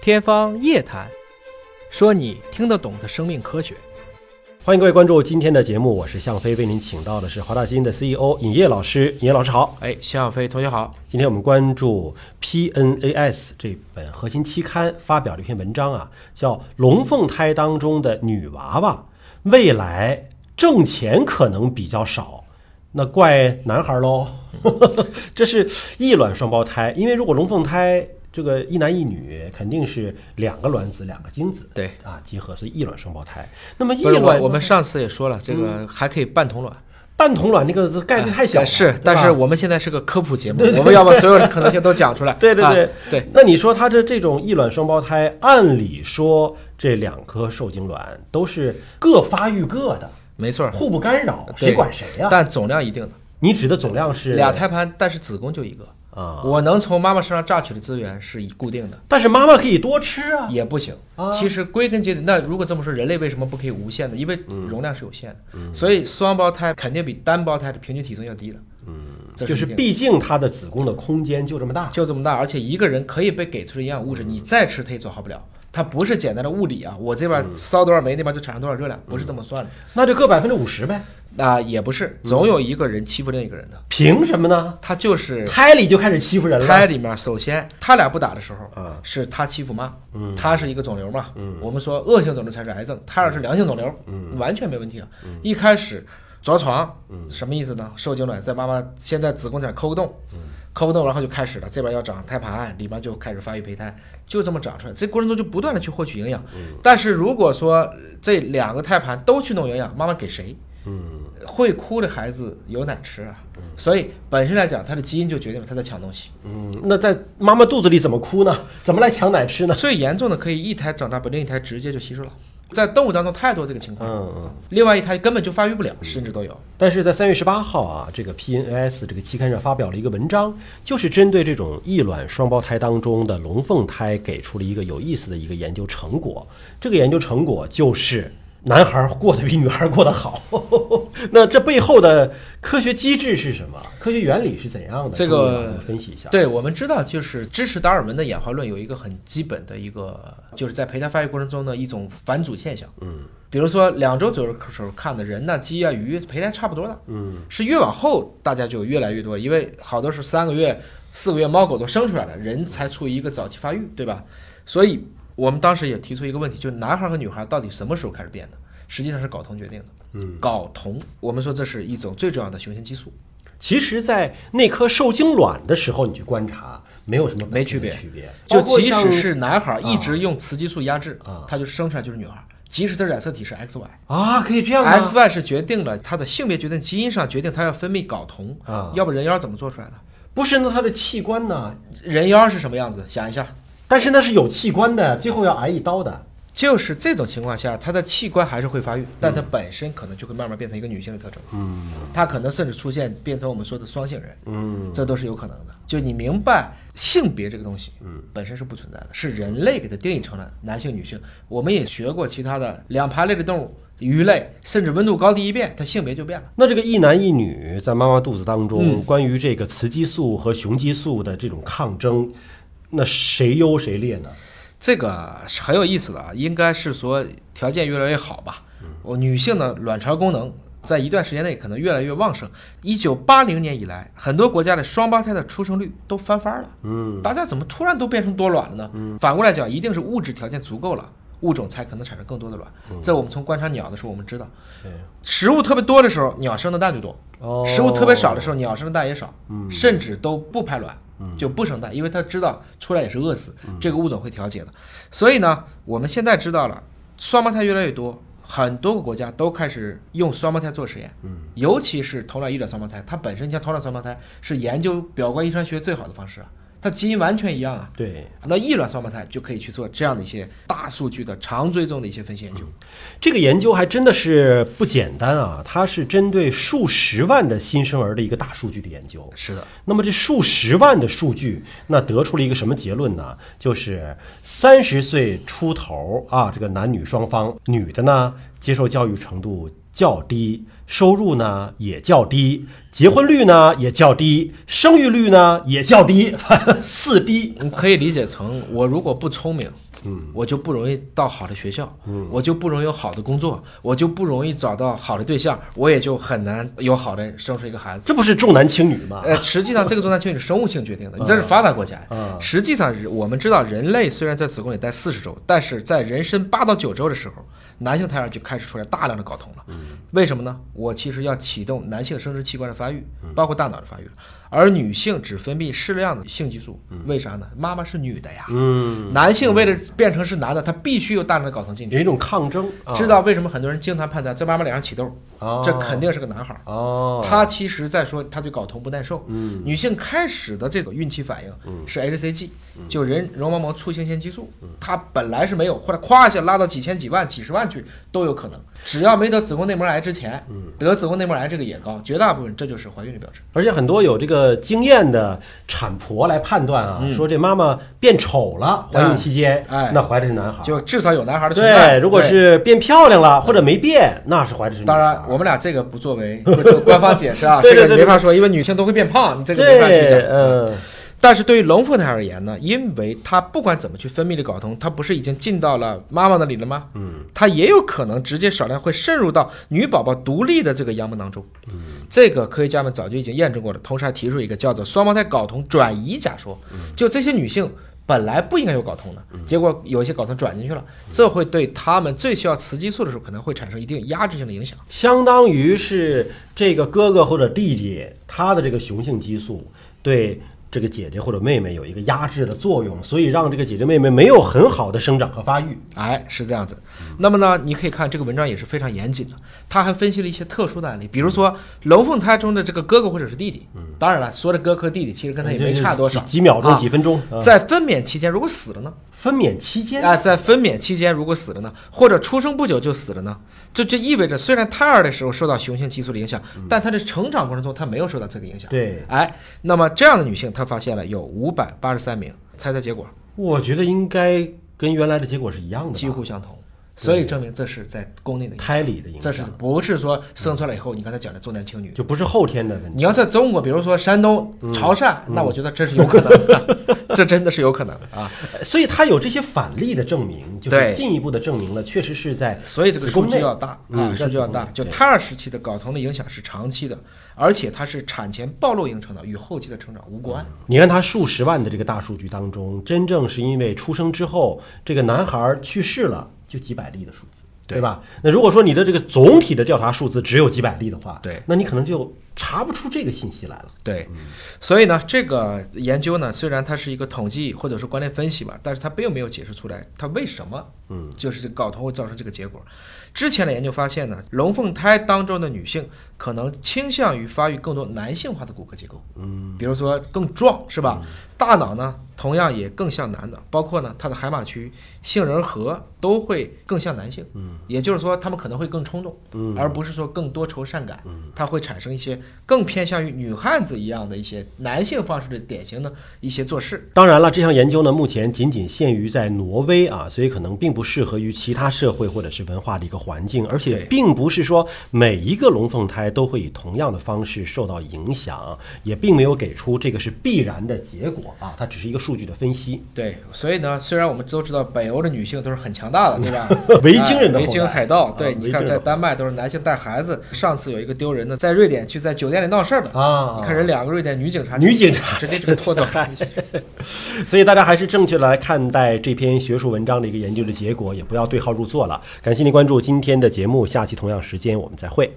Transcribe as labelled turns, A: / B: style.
A: 天方夜谭，说你听得懂的生命科学。
B: 欢迎各位关注今天的节目，我是向飞，为您请到的是华大基因的 CEO 尹烨老师。尹烨老师好，
A: 哎，向飞同学好，
B: 今天我们关注 PNAS 这本核心期刊发表了一篇文章啊，叫《龙凤胎当中的女娃娃未来挣钱可能比较少》。那怪男孩喽， 这是异卵双胞胎，因为如果龙凤胎这个一男一女，肯定是两个卵子两个精子，
A: 对
B: 啊，集合是异卵双胞胎。那么异
A: 不是我
B: 卵
A: 我们上次也说了，这个还可以半同卵，
B: 半同卵那个概率太小了，
A: 哎是
B: 对，吧
A: 但是我们现在是个科普节目，我们要把所有的可能性都讲出来。
B: 对对
A: 啊
B: 对
A: 对，
B: 那你说他这这种异卵双胞胎，按理说这两颗受精卵都是各发育各的，
A: 没错儿，
B: 互不干扰，
A: 嗯对
B: 谁管谁呀、
A: 但总量一定的，
B: 你指的总量是
A: 俩胎盘，但是子宫就一个。
B: 啊，
A: 我能从妈妈身上榨取的资源是固定的，
B: 但是妈妈可以多吃啊。
A: 也不行
B: 啊。
A: 其实归根结底，那如果这么说，人类为什么不可以无限的？因为容量是有限的，所以双胞胎肯定比单胞胎的平均体重要低的。嗯，这
B: 就是是
A: 一定的
B: 毕竟它的子宫的空间就这么大，
A: 就这么大，而且一个人可以被给出的营养物质，你再吃它也消耗不了。它不是简单的物理啊，我这边烧多少煤，那边就产生多少热量，不是这么算的。
B: 那就各百分之五十呗。
A: 那也不是，总有一个人欺负另一个人的，
B: 凭什么呢？
A: 他就是
B: 胎里就开始欺负人
A: 胎
B: 了。
A: 里面，首先他俩不打的时候，
B: 啊嗯
A: 是他欺负妈，他是一个肿瘤嘛，我们说恶性肿瘤才是癌症，他俩是良性肿瘤，
B: 嗯
A: 完全没问题啊。一开始着床，什么意思呢？受精卵在妈妈先在子宫产抠个洞，
B: 嗯
A: 抠个洞，然后就开始了，这边要长胎盘，里面就开始发育胚胎，就这么长出来。这过程中就不断的去获取营养，
B: 嗯
A: 但是如果说呃这两个胎盘都去弄营养，妈妈给谁？
B: 嗯
A: 会哭的孩子有奶吃啊，所以本身来讲，他的基因就决定了他在抢东西。
B: 嗯，那在妈妈肚子里怎么哭呢？怎么来抢奶吃 呢？
A: 最严重的可以一胎长大把另一胎直接就吸收了，在动物当中太多这个情况了。
B: 嗯嗯。
A: 另外一胎根本就发育不了，甚至都有。
B: 但是在三月十八号啊，这个 PNAS 这个期刊上发表了一个文章，就是针对这种异卵双胞胎当中的龙凤胎，给出了一个有意思的一个研究成果。这个研究成果就是男孩过得比女孩过得好。 那这背后的科学机制是什么？科学原理是怎样的？
A: 这
B: 请你
A: 个
B: 帮我们分析一下。
A: 对，我们知道，就是支持达尔文的演化论有一个很基本的一个，就是在胚胎发育过程中的一种返祖现象。嗯，比如说两周左右的时候看的人呢，鸡啊、鱼胚胎差不多的。嗯，是越往后大家就有越来越多，因为好多是三个月、四个月猫狗都生出来了，人才处于一个早期发育，对吧？所以我们当时也提出一个问题，就是男孩和女孩到底什么时候开始变的？实际上是睾酮决定的。嗯，睾酮，我们说这是一种最重要的雄性激素。
B: 其实，在那颗受精卵的时候，你去观察，没有什么
A: 没区
B: 别
A: 别
B: 区别。
A: 就
B: 包括
A: 即
B: 像
A: 使是男孩儿一直用雌激素压制
B: 啊，
A: 他就生出来就是女孩儿。即使他染色体是 XY，XY
B: 啊，可以这样吗？
A: 是决定了他的性别决定基因上决定他要分泌睾酮
B: 啊
A: 要不人妖怎么做出来的？
B: 不是，那它的器官呢？
A: 人妖是什么样子？想一下，
B: 但是那是有器官的，最后要挨一刀的。
A: 就是这种情况下，他的器官还是会发育，但他本身可能就会慢慢变成一个女性的特征。嗯，他可能甚至出现变成我们说的双性人。嗯，这都是有可能的。就你明白性别这个东西，嗯，本身是不存在的，是人类给它定义成了男性、女性。我们也学过其他的两爬类的动物，鱼类，甚至温度高低一变，它性别就变了。
B: 那这个一男一女在妈妈肚子当中，关于这个雌激素和雄激素的这种抗争，那谁优谁劣呢？
A: 这个是很有意思的啊，应该是说条件越来越好吧。我女性的卵巢功能在一段时间内可能越来越旺盛。一九八零年以来，很多国家的双胞胎的出生率都翻番了。嗯，大家怎么突然都变成多卵了呢？反过来讲，一定是物质条件足够了，物种才可能产生更多的卵。这我们从观察鸟的时候我们知道，食物特别多的时候，鸟生的蛋就多；
B: 哦
A: 食物特别少的时候，鸟生的蛋也少，甚至都不排卵，就不生蛋，因为它知道出来也是饿死，这个物种会调节的。所以呢，我们现在知道了，双胞胎越来越多。很多个国家都开始用双胞胎做实验，尤其是同卵异卵双胞胎，它本身像同卵双胞胎是研究表观遗传学最好的方式啊，它基因完全一样啊。
B: 对，
A: 那异卵双胞胎就可以去做这样的一些大数据的长追踪的一些分析研究。
B: 这个研究还真的是不简单啊，它是针对数十万的新生儿的一个大数据的研究。
A: 是的，
B: 那么这数十万的数据，那得出了一个什么结论呢？就是三十岁出头啊，这个男女双方，女的呢接受教育程度较低，收入呢也较低，结婚率呢也较低，生育率呢也较低， 反正四低。
A: 你可以理解成我如果不聪明，嗯，我就不容易到好的学校，嗯，我就不容易有好的工作，我就不容易找到好的对象，我也就很难有好的生出一个孩子。
B: 这不是重男轻女吗？
A: 呃，实际上这个重男轻女是生物性决定的，你这是发达国家呀。
B: 嗯
A: 实际上，我们知道人类虽然在子宫里待四十周，但是在人生八到九周的时候，男性胎儿就开始出来大量的睾酮了。
B: 嗯
A: 为什么呢？我其实要启动男性生殖器官的发育，
B: 嗯
A: 包括大脑的发育了而女性只分泌适量的性激素，为啥呢？妈妈是女的呀。
B: 嗯，
A: 男性为了变成是男的，他必须有大量的睾酮进去。
B: 有一种抗争，啊
A: 知道为什么很多人经常判断这妈妈脸上起痘
B: 哦，
A: 这肯定是个男孩儿。
B: 哦，嗯
A: 他其实在说他对睾酮不耐受。女性开始的这种孕期反应是 hCG，就
B: 嗯
A: 人绒毛膜促性腺激素，它本来是没有，或者咵一下拉到几千、几万、几十万去都有可
B: 嗯
A: 能。只要没得子宫内膜癌之前，得子宫内膜癌这个也高，绝大部分这就是怀孕的标志。
B: 而且很多有这个经验的产婆来判断啊，说这妈妈变丑了，怀孕期间，
A: 哎
B: 那怀的是男孩儿；
A: 就至少有男孩的存在。
B: 嗯对，如果
A: 对
B: 是变漂亮了或者没变，那是怀的是女孩
A: 当
B: 儿。
A: 然，我们俩这个不作为就就官方解释啊，
B: 对
A: 这
B: 对
A: 个
B: 对
A: 没法说，因为女性都会变胖，你这个没法去
B: 对，
A: 讲。
B: 嗯，
A: 但是对于龙凤胎而言呢，因为它不管怎么去分泌的睾酮，它不是已经进到了妈妈那里了吗？嗯，它也有可能直接少量会渗入到女宝宝独立的这个羊膜当中。嗯，这个科学家们早就已经验证过了，同时还提出一个叫做双胞胎睾酮转移假说，就这些女性。本来不应该有睾酮的，结果有一些睾酮转进去了，这会对她们最需要雌激素的时候，可能会产生一定压制性的影响。
B: 相当于是这个哥哥或者弟弟，他的这个雄性激素对这个姐姐或者妹妹有一个压制的作用，所以让这个姐姐妹妹没有很好的生长和发育。
A: 哎，是这样子。那么呢，你可以看这个文章也是非常严谨的，他还分析了一些特殊的案例，比如说龙凤胎中的这个哥哥或者是弟弟。
B: 嗯
A: 当然了，说的哥哥弟弟，其实跟他也没差多少。
B: 几几秒钟、
A: 啊
B: 几分钟。嗯
A: 在分娩期间如果死了呢？
B: 分娩期间
A: 啊，在分娩期间如果死了呢？或者出生不久就死了呢？这就意味着，虽然胎儿的时候受到雄性激素的影响，但他的成长过程中他没有受到这个影响。
B: 嗯对，
A: 哎，那么这样的女性，她发现了有五百八十三名，猜猜结果？
B: 我觉得应该跟原来的结果是一样的吧，
A: 几乎相同，所以证明这是在宫内的影响。
B: 胎里的影响，
A: 这是不是说生出来以后，你刚才讲的重男轻女？
B: 就不是后天的问题。
A: 你要在中国，比如说山东
B: 嗯
A: 潮汕，那我觉得这是有可能的， 这真的是有可能啊。
B: 所以他有这些反例的证明，就是
A: 对
B: 进一步的证明了，确实是在
A: 所以这个
B: 子
A: 数
B: 宫
A: 据
B: 内
A: 要大啊，
B: 嗯
A: 数据要大。
B: 在子
A: 就
B: 宫内
A: 胎儿时期的睾酮的影响是长期的，而且它是产前暴露型成长，与后期的成长无关。
B: 你看他数十万的这个大数据当中，真正是因为出生之后这个男孩去世了，就几百例的数字，
A: 对
B: 对吧？那如果说你的这个总体的调查数字只有几百例的话，
A: 对
B: 那你可能就查不出这个信息来了。
A: 对，所以呢，这个研究呢，虽然它是一个统计或者说关联分析吧，但是它并没有解释出来它为什么，嗯，就是这个睾酮会造成这个结果。之前的研究发现呢，龙凤胎当中的女性可能倾向于发育更多男性化的骨骼结构，嗯，比如说更壮是吧？大脑呢，同样也更像男的，包括呢，它的海马区、杏仁核都会更像男性，嗯，也就是说，他们可能会更冲动，嗯，而不是说更多愁善感，嗯，它会产生一些更偏向于女汉子一样的一些男性方式的典型的一些做事，
B: 当然了，这项研究呢，目前仅仅限于在挪威啊，所以可能并不适合于其他社会或者是文化的一个环境，而且
A: 对
B: 并不是说每一个龙凤胎都会以同样的方式受到影响，也并没有给出这个是必然的结果啊，它只是一个数据的分析。？
A: 对，所以呢，虽然我们都知道北欧的女性都是很强大的，对吧
B: 维京人的后代
A: 哎维京海盗，对，
B: 啊
A: 你
B: 维京人
A: 看
B: 的
A: 在
B: 后代
A: 丹麦都是男性带孩子。上次有一个丢人的，在瑞典去在酒店里闹事儿的
B: 啊
A: 你看人两个瑞典女警察，
B: 女警察
A: 直接就给拖 走。
B: 所以大家还是正确地来看待这篇学术文章的一个研究的结果，也不要对号入座了。感谢您关注今天的节目，下期同样时间我们再会。